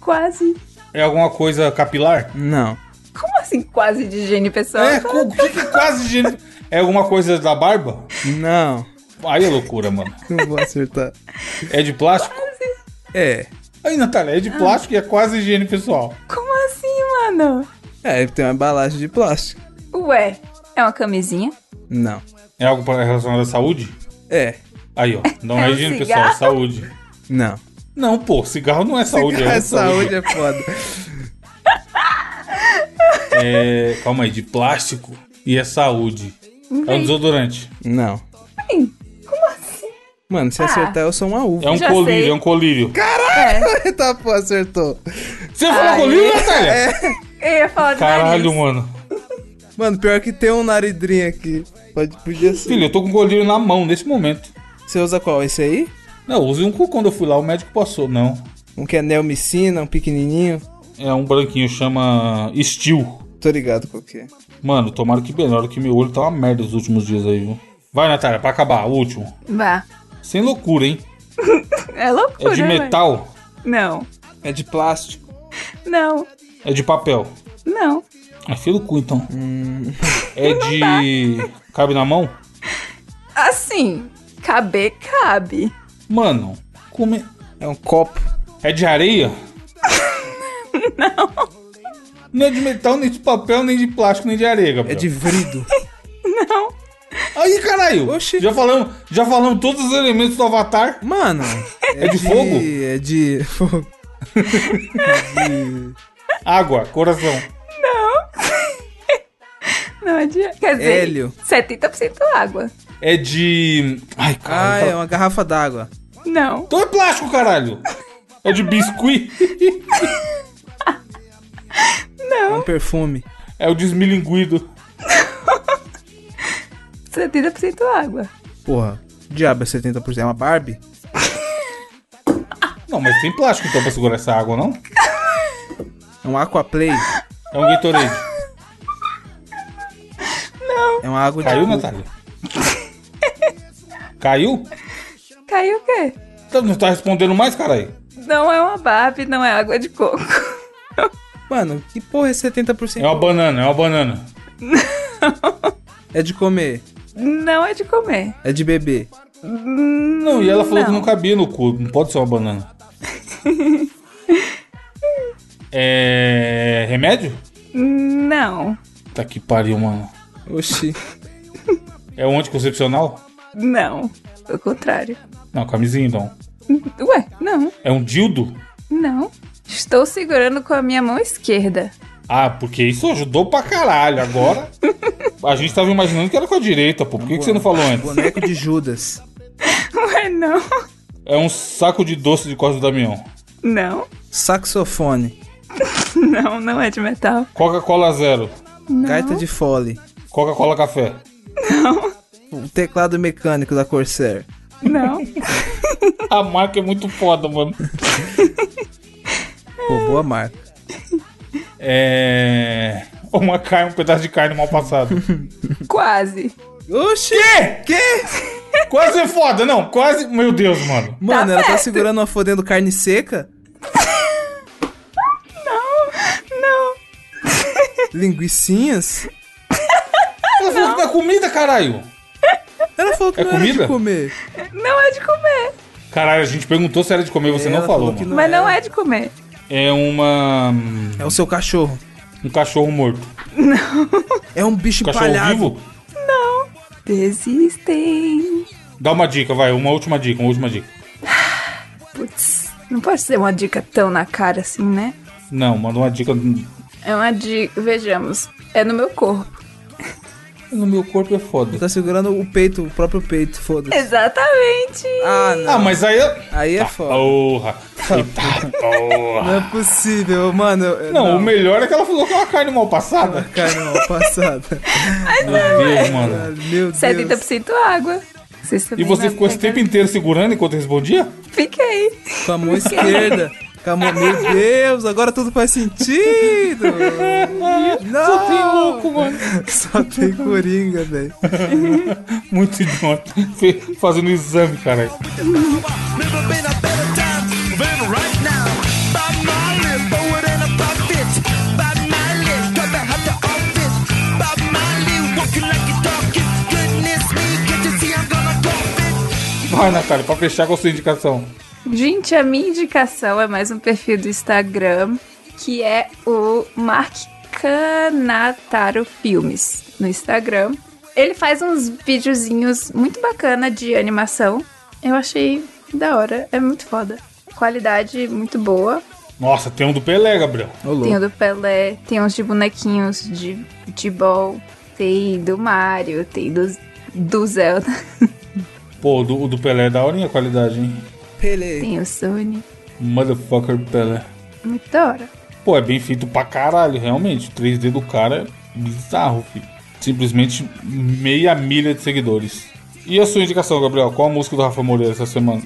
Quase. É alguma coisa capilar? não. Como assim quase de higiene pessoal? É, co- o que, que é quase de... É alguma coisa da barba? Não. Aí é loucura, mano. Não vou acertar. É de plástico? É. Aí, Natália, é de plástico e é quase higiene pessoal. Como assim, mano? É, tem uma embalagem de plástico. Ué, é uma camisinha? Não. É algo pra- relacionado à saúde? É. Aí, ó. Não é É um higiene pessoal, cigarro? é saúde. Não. Não, pô, cigarro não é saúde. *laughs* Essa é saúde é foda. É, calma aí, de plástico e é saúde. É um desodorante. Não. Bem, como assim? Mano, se acertar, eu sou uma É uva. um Já colírio, sei. é um colírio. É, *laughs* tá, pô, acertou. Você falou Ai. colírio, Natália? eu ia falar de Caralho, nariz. mano. Mano, pior que tem um naridrinho aqui. Pode, podia ser. Filho, eu tô com um colírio na mão nesse momento. Você usa qual? Esse aí? Não, eu usei um cu quando eu fui lá, o médico passou. Não. Um que é neomicina, um pequenininho. É um branquinho, chama Steel. Tô ligado qual que é. Mano, tomara que bem, na hora que meu olho tá uma merda os últimos dias aí, viu? Vai, Natália, pra acabar, o último. Vá. Sem loucura, hein? É loucura, É de né, mãe? metal, Não, É de plástico. não, é de papel. não. É fio do cu, então. É de. Cabe na mão? Assim, caber, cabe. *laughs* Mano, come. É um copo. É de areia? Não. Não é de metal, nem de papel, nem de plástico, nem de areia, É Gabriel. *laughs* de vrido. Não. Aí, caralho! Oxi. Já falamos, já falamos todos os elementos do Avatar. Mano. É de fogo? É de fogo. Água, coração. Não adianta. Quer dizer, Hélio. 70% água. É de. Ai, Ah, caralho. é uma garrafa d'água. Não. Então é plástico, caralho! É de biscuit? É um perfume. É o desmilinguido. 70% água. Porra. Diabo é 70%. É uma Barbie? Não, mas tem plástico então pra segurar essa água, não? É um Aquaplay? É um Gatorade. É uma água de Caiu, coco. Natália? Caiu? Caiu o quê? Tá- Não tá respondendo mais, caralho? Não é uma Barbie, não é água de coco. *laughs* Mano, que porra é 70%? É uma banana, é uma banana. É de comer. Não é de comer. Hum, É de beber. Não, e ela falou que não cabia no cu. Não pode ser uma banana. é. Remédio? Não. Tá que pariu, mano. *laughs* Oxi. É um anticoncepcional? Não. Pelo contrário. Não, camisinha então. Ué, não. É um dildo? Não. Estou segurando com a minha mão esquerda. *laughs* Ah, porque isso ajudou pra caralho. Agora. A gente tava imaginando que era com a direita, pô. Por que, que você não falou antes? Boneco de Judas. Ué, não. É um saco de doce de Costa do Damião. Não. Saxofone. Não, não é de metal. Coca-Cola zero. Gaita de fole. Coca-Cola café. O teclado mecânico da Corsair. Não. A marca é muito foda, mano. Pô, boa marca. É. Uma carne, um pedaço de carne mal passado. Quase. Oxi! Quê? Que? Quase é foda, não. Quase. Meu Deus, mano. Mano, ela tá certo. segurando uma fodendo carne seca? Não. Linguicinhas? Ela falou que dá comida, caralho. Ela falou que É não era comida? de comer. Não é de comer. Caralho, a gente perguntou se era de comer, você É, não ela falou, falou que mano. Mas Não não é. é de comer. É uma. hum, É o seu cachorro. Um cachorro morto. É um bicho Um cachorro empalhado. vivo? Desistem. Dá uma dica, vai. Uma última dica, uma última dica. Putz, não pode ser uma dica tão na cara assim, né? Não, manda uma dica. No É uma dica, vejamos. É no meu corpo. meu corpo é foda. Tá segurando o peito, o próprio peito, foda-se. Exatamente. Ah, não. É. Ah, mas aí. eu- Aí é foda. Porra. Eita, porra. Não é possível, mano. eu- Não, o melhor é que ela falou que é uma carne mal passada. Carne mal passada. Meu Deus, mano. *laughs* Caralho, Meu Deus. 70% água. Vocês E também você não ficou esse pegaram. tempo inteiro segurando enquanto respondia? Fiquei. Com a mão esquerda. Com a mão, meu Deus, agora tudo *laughs* faz sentido. Não, Só tem louco, mano. Só tem coringa, velho. Muito idiota. *laughs* Fe- Fazendo exame, caralho. Never been a better time than right now. By my lip, forward and about this. By my lip, come back out the office. By my lip, walking like a dog. Goodness me, can't you see I'm gonna go fit? Vai, Natália, pra fechar com a sua indicação. Gente, a minha indicação é mais um perfil do Instagram, que é o Mark Canataro Filmes no Instagram. Ele faz uns videozinhos muito bacana de animação. Eu achei da hora, é muito foda. Qualidade muito boa. Nossa, tem um do Pelé, Gabriel. Ô, louco. Tem o do Pelé, tem uns de bonequinhos de futebol, tem do Mario, tem do, do Zelda, *laughs* Pô, o do, o do Pelé é daorinha a qualidade, hein? Pele. tem o Sony. Motherfucker Pelé. Muito da hora. Pô, é bem feito pra caralho, realmente. O 3D do cara é bizarro, filho. Simplesmente meia milha de seguidores. E a sua indicação, Gabriel? Qual a música do Rafa Moreira essa semana?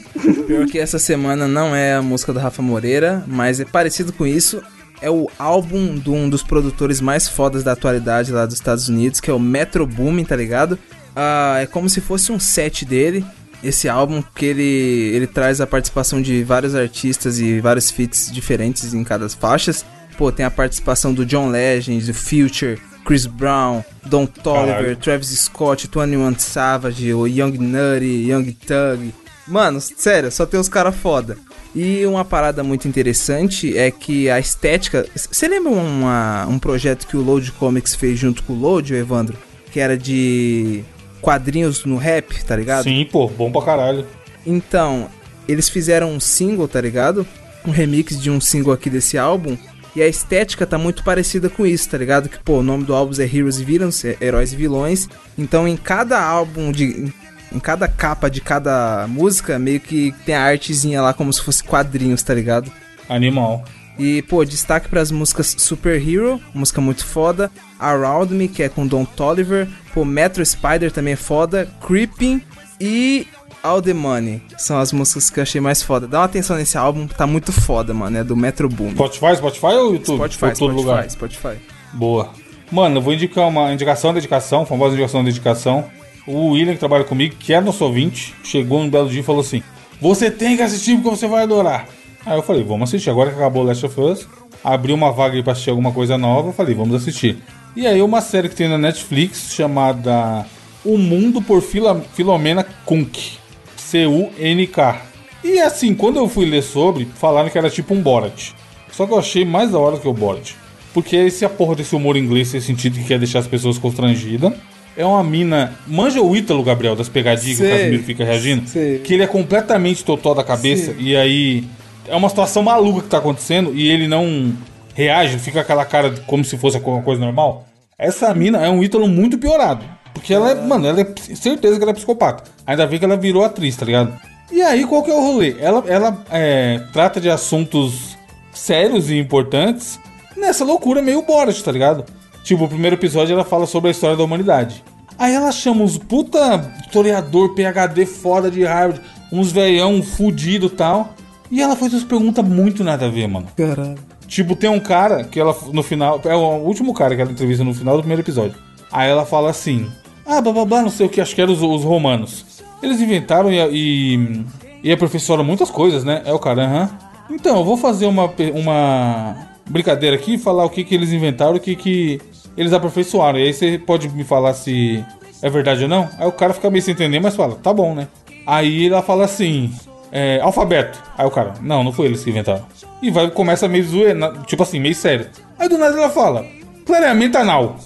Pior que essa semana não é a música do Rafa Moreira, mas é parecido com isso. É o álbum de um dos produtores mais fodas da atualidade lá dos Estados Unidos, que é o Metro Boomin, tá ligado? Ah, é como se fosse um set dele, esse álbum, que ele, ele traz a participação de vários artistas e vários feats diferentes em cada faixas. Pô, tem a participação do John Legend, do Future, Chris Brown, Don Toliver, Caralho. Travis Scott, 21 Savage, o Young Nutty, Young Thug. Mano, sério, só tem os caras foda. E uma parada muito interessante é que a estética. Você lembra uma- um projeto que o Load Comics fez junto com o Load, Evandro? Que era de quadrinhos no rap, tá ligado? Sim, pô, bom pra caralho. Então, eles fizeram um single, tá ligado? Um remix de um single aqui desse álbum. E a estética tá muito parecida com isso, tá ligado? Que, pô, o nome do álbum é Heroes e Villains, é Heróis e Vilões. Então, em cada álbum, de, em cada capa de cada música, meio que tem a artezinha lá como se fosse quadrinhos, tá ligado? Animal. E, pô, destaque pras músicas Superhero, música muito foda. Around Me, que é com Don Toliver. Pô, Metro Spider também é foda. Creeping e All the Money. São as músicas que eu achei mais foda. Dá uma atenção nesse álbum, tá muito foda, mano. É do Metro Boom. Spotify, Spotify ou YouTube? Spotify, Ou todo Spotify, é lugar. Spotify. Boa. Mano, eu vou indicar uma indicação da indicação, famosa indicação da indicação. O William, que trabalha comigo, que é nosso ouvinte, chegou um belo dia e falou assim: Você tem que assistir porque você vai adorar. Aí eu falei: Vamos assistir. Agora que acabou Last of Us, abriu uma vaga aí pra assistir alguma coisa nova. Eu falei: Vamos assistir. E aí, uma série que tem na Netflix chamada O Mundo por Fila- Filomena Kunk. C-U-N-K. E assim, quando eu fui ler sobre, falaram que era tipo um Borat. Só que eu achei mais da hora que o Borat. Porque esse é a porra desse humor inglês, esse sentido que quer deixar as pessoas constrangidas. É uma mina. Manja o Ítalo, Gabriel, das pegadinhas que Sei. o Casimiro fica reagindo. Sei. Que ele é completamente totó da cabeça. E aí. É uma situação maluca que tá acontecendo e ele não reage, fica aquela cara de- como se fosse alguma coisa normal. Essa mina é um Ítalo muito piorado. Porque ela é. Mano, ela é. Certeza que ela é psicopata. Ainda bem que ela virou atriz, tá ligado? E aí, qual que é o rolê? Ela, ela é, trata de assuntos sérios e importantes nessa loucura meio Borat, tá ligado? Tipo, o primeiro episódio ela fala sobre a história da humanidade. Aí ela chama uns puta historiador, PHD foda de Harvard, uns veião fudido e tal. E ela faz umas perguntas muito nada a ver, mano. Caralho. Tipo, tem um cara que ela no final. É o último cara que ela entrevista no final do primeiro episódio. Aí ela fala assim: Ah, blá blá blá, não sei o que, acho que eram os, os romanos. Eles inventaram e, e, e aperfeiçoaram muitas coisas, né? É o cara, aham. Então, eu vou fazer uma, pe- uma brincadeira aqui e falar o que, que eles inventaram, o que, que eles aperfeiçoaram. E aí você pode me falar se é verdade ou não? Aí o cara fica meio sem entender, mas fala: Tá bom, né? Aí ela fala assim. É, alfabeto. Aí o cara, não, não foi eles que inventaram. E vai, começa meio zoe, tipo assim, meio sério. Aí do nada ela fala, clareamento anal.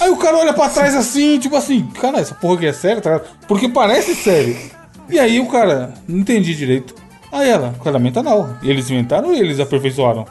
Aí o cara olha pra trás assim, tipo assim, cara, essa porra aqui é séria, tá ligado? Porque parece sério. E aí o cara, não entendi direito. Aí ela, claramente anal. E eles inventaram e eles aperfeiçoaram.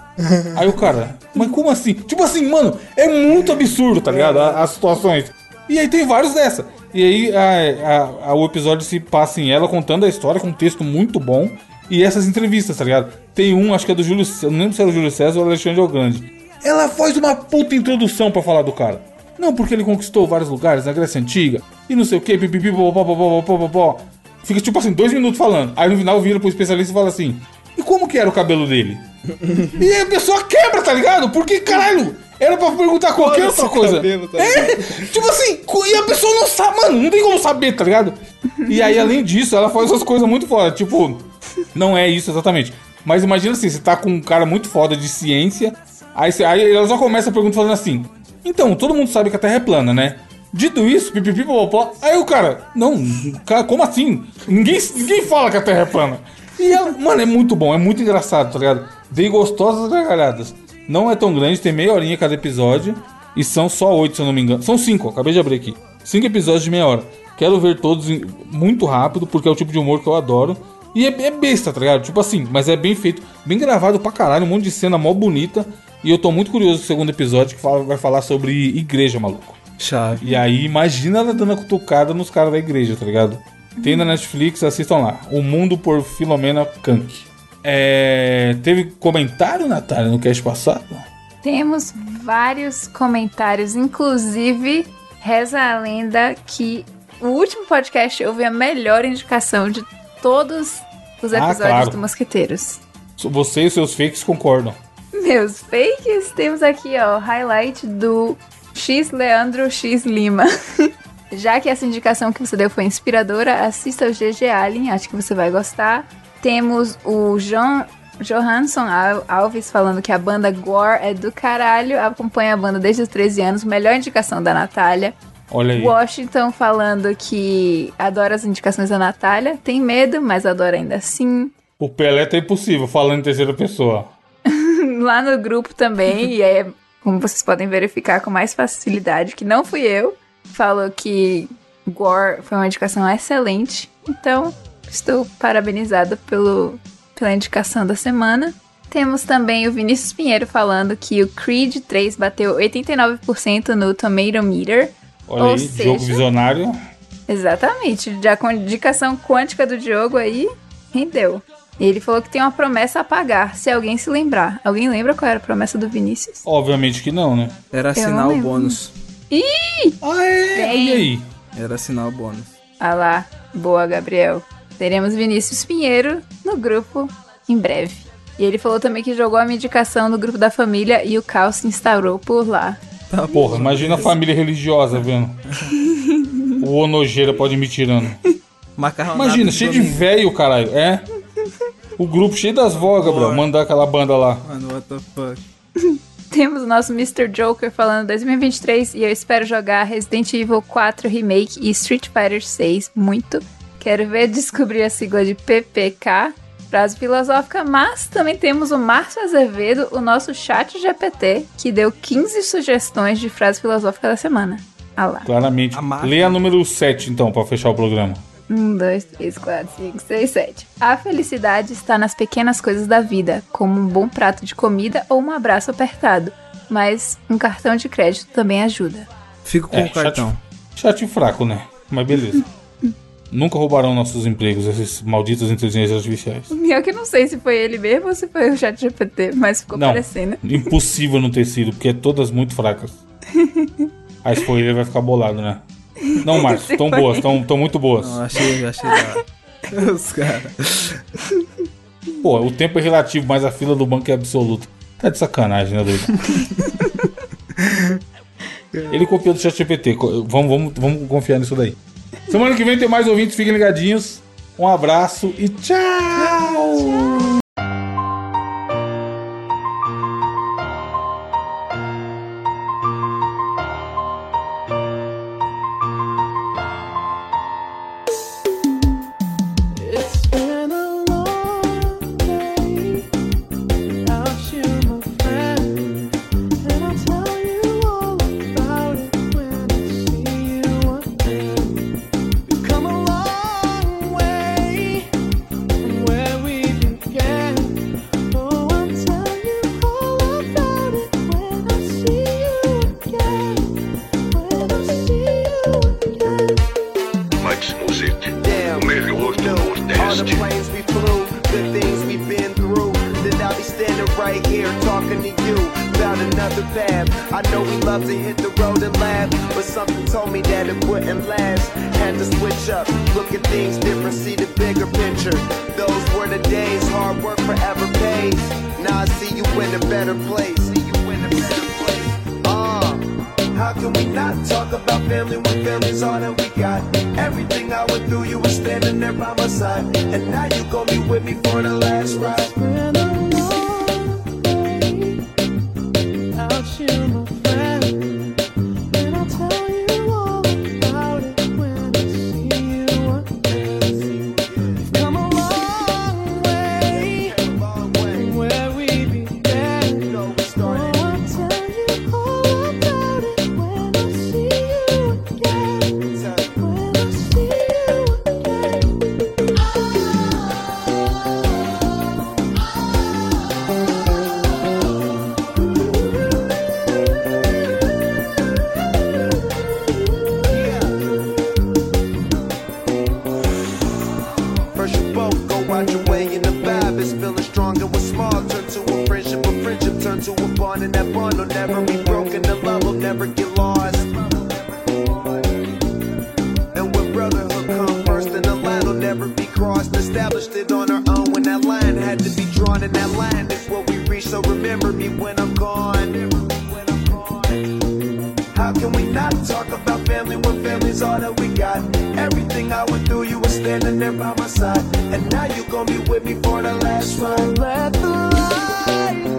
Aí o cara, mas como assim? Tipo assim, mano, é muito absurdo, tá ligado? A- As situações. E aí tem vários dessa. E aí a- a- a- o episódio se passa em ela contando a história com um texto muito bom. E essas entrevistas, tá ligado? Tem um, acho que é do Júlio César, não lembro se era o Júlio César ou o Alexandre Grande. Ela faz uma puta introdução pra falar do cara. Não, porque ele conquistou vários lugares na Grécia Antiga, e não sei o que, pipipi, pó, pó, pó, pó, pó, pó, pó. Fica tipo assim, dois minutos falando. Aí no final vira pro especialista e fala assim: e como que era o cabelo dele? e aí a pessoa quebra, tá ligado? Porque, caralho, era pra perguntar qualquer Foda-se outra o coisa. cabelo, tá é, tipo assim, co- e a pessoa não sabe, mano, não tem como saber, tá ligado? E aí, além disso, ela faz essas coisas muito fora. Tipo, não é isso exatamente. Mas imagina assim, você tá com um cara muito foda de ciência, aí, você, aí ela já começa a pergunta falando assim: Então, todo mundo sabe que a Terra é plana, né? Dito isso, pipipi, popopó, aí o cara, não, cara, como assim? Ninguém, ninguém fala que a Terra é plana. E ela, mano, é muito bom, é muito engraçado, tá ligado? Dei gostosas gargalhadas. Não é tão grande, tem meia horinha cada episódio. E são só oito, se eu não me engano. São cinco, ó, acabei de abrir aqui. Cinco episódios de meia hora. Quero ver todos em- muito rápido, porque é o tipo de humor que eu adoro. E é, é besta, tá ligado? Tipo assim, mas é bem feito, bem gravado pra caralho, um monte de cena mó bonita. E eu tô muito curioso do segundo episódio, que fala- vai falar sobre igreja, maluco. Chave. E aí, imagina ela dando a cutucada nos caras da igreja, tá ligado? Tem na Netflix, assistam lá. O Mundo por Filomena Kank. É... Teve comentário, Natália, no cast passado? Temos vários comentários, inclusive reza a lenda que o último podcast eu vi a melhor indicação de todos os Ah, episódios claro. do Mosqueteiros. Você e seus fakes concordam. *laughs* Meus fakes, temos aqui ó, o highlight do X Leandro X Lima. *laughs* Já que essa indicação que você deu foi inspiradora, assista o GG Alien, acho que você vai gostar. Temos o Jean Johansson Al- Alves falando que a banda Gore é do caralho, acompanha a banda desde os 13 anos, melhor indicação da Natália. Olha aí. Washington falando que adora as indicações da Natália, tem medo, mas adora ainda assim. O Pelé tá impossível falando em terceira pessoa. lá no grupo também, e é como vocês podem verificar com mais facilidade, que não fui eu, falou que Gore foi uma indicação excelente. Então, estou parabenizada pelo, pela indicação da semana. Temos também o Vinícius Pinheiro falando que o Creed 3 bateu 89% no Tomato Meter. Olha Ou aí, seja- jogo visionário. Exatamente, já com a indicação quântica do Diogo aí, rendeu. E ele falou que tem uma promessa a pagar, se alguém se lembrar. Alguém lembra qual era a promessa do Vinícius? Obviamente que não, né? Era assinar não o lembro. bônus. Ah, é? Tem. E aí? Era assinar o bônus. Ah lá, boa, Gabriel. Teremos Vinícius Pinheiro no grupo em breve. E ele falou também que jogou a minha indicação no grupo da família e o caos se instaurou por lá. Tá Porra, imagina a família religiosa *laughs* vendo. o Onojeira pode me tirando. Macarrão. Imagina, cheio de velho, caralho. É? O grupo cheio das vó, Gabriel. Porra. Mandar aquela banda lá. Mano, what the fuck? Temos o nosso Mr. Joker falando 2023 e eu espero jogar Resident Evil 4 Remake e Street Fighter 6 muito. Quero ver descobrir a sigla de PPK, frase filosófica, mas também temos o Márcio Azevedo, o nosso chat GPT, que deu 15 sugestões de frase filosófica da semana. Ah lá. Claramente. A máquina. Lê a número 7, então, pra fechar o programa. Um, dois, três, quatro, cinco, seis, sete. A felicidade está nas pequenas coisas da vida, como um bom prato de comida ou um abraço apertado. Mas um cartão de crédito também ajuda. Fico com É, o cartão. Chat fraco, né? Mas *laughs* beleza. Nunca roubarão nossos empregos, esses malditos inteligências artificiais. E Eu que não sei se foi ele mesmo ou se foi o chat GPT, mas ficou Não, parecendo. impossível não ter sido, porque é todas muito fracas. Aí se for ele, ele vai ficar bolado, né? Não, Marcos, Se tão for boas, ele. tão, tão muito Não, boas. achei, achei da hora. *laughs* Os caras. Pô, o tempo é relativo, mas a fila do banco é absoluta. Tá de sacanagem, né, *laughs* doido? Ele copiou do ChatGPT. co- Vamos, vamos, vamos confiar nisso daí. Semana que vem tem mais ouvintes, fiquem ligadinhos. Um abraço e tchau! It's been a long day without you, my friend, and I'll tell you all about it when I see you again. We've come a long way from where we began. Oh, down another path. I know we love to hit the road and laugh, but something told me that it wouldn't last. Had to switch up, look at things different, see the bigger picture. Those were the days, hard work forever pays. Now I see you in a better place. See you in a better place. Uh, how can we not talk about family when family's all that we got? Everything I went through, you were standing there by my side, and now you gon' be with me for the last ride. Been a long day without you, my friend. And I'll tell you all about it when I see you again. We've come a long way Long way. from where we began. No, we Oh, started. I'll tell you all about it when I see you again. When I see you again. First you both go out your way and the vibe is feeling strong and what's small turn to a friendship, a friendship turn to a bond and that bond will never be broken, the love will never get lost. And when brotherhood come first and the line will never be crossed, established it on our own when that line had to be drawn and that line is what we reach, so remember me when I'm gone. How can we not talk about family when family's all that we got? Everything I went through, you were standing there by my side. And now you gon' be with me for the last ride. Let the light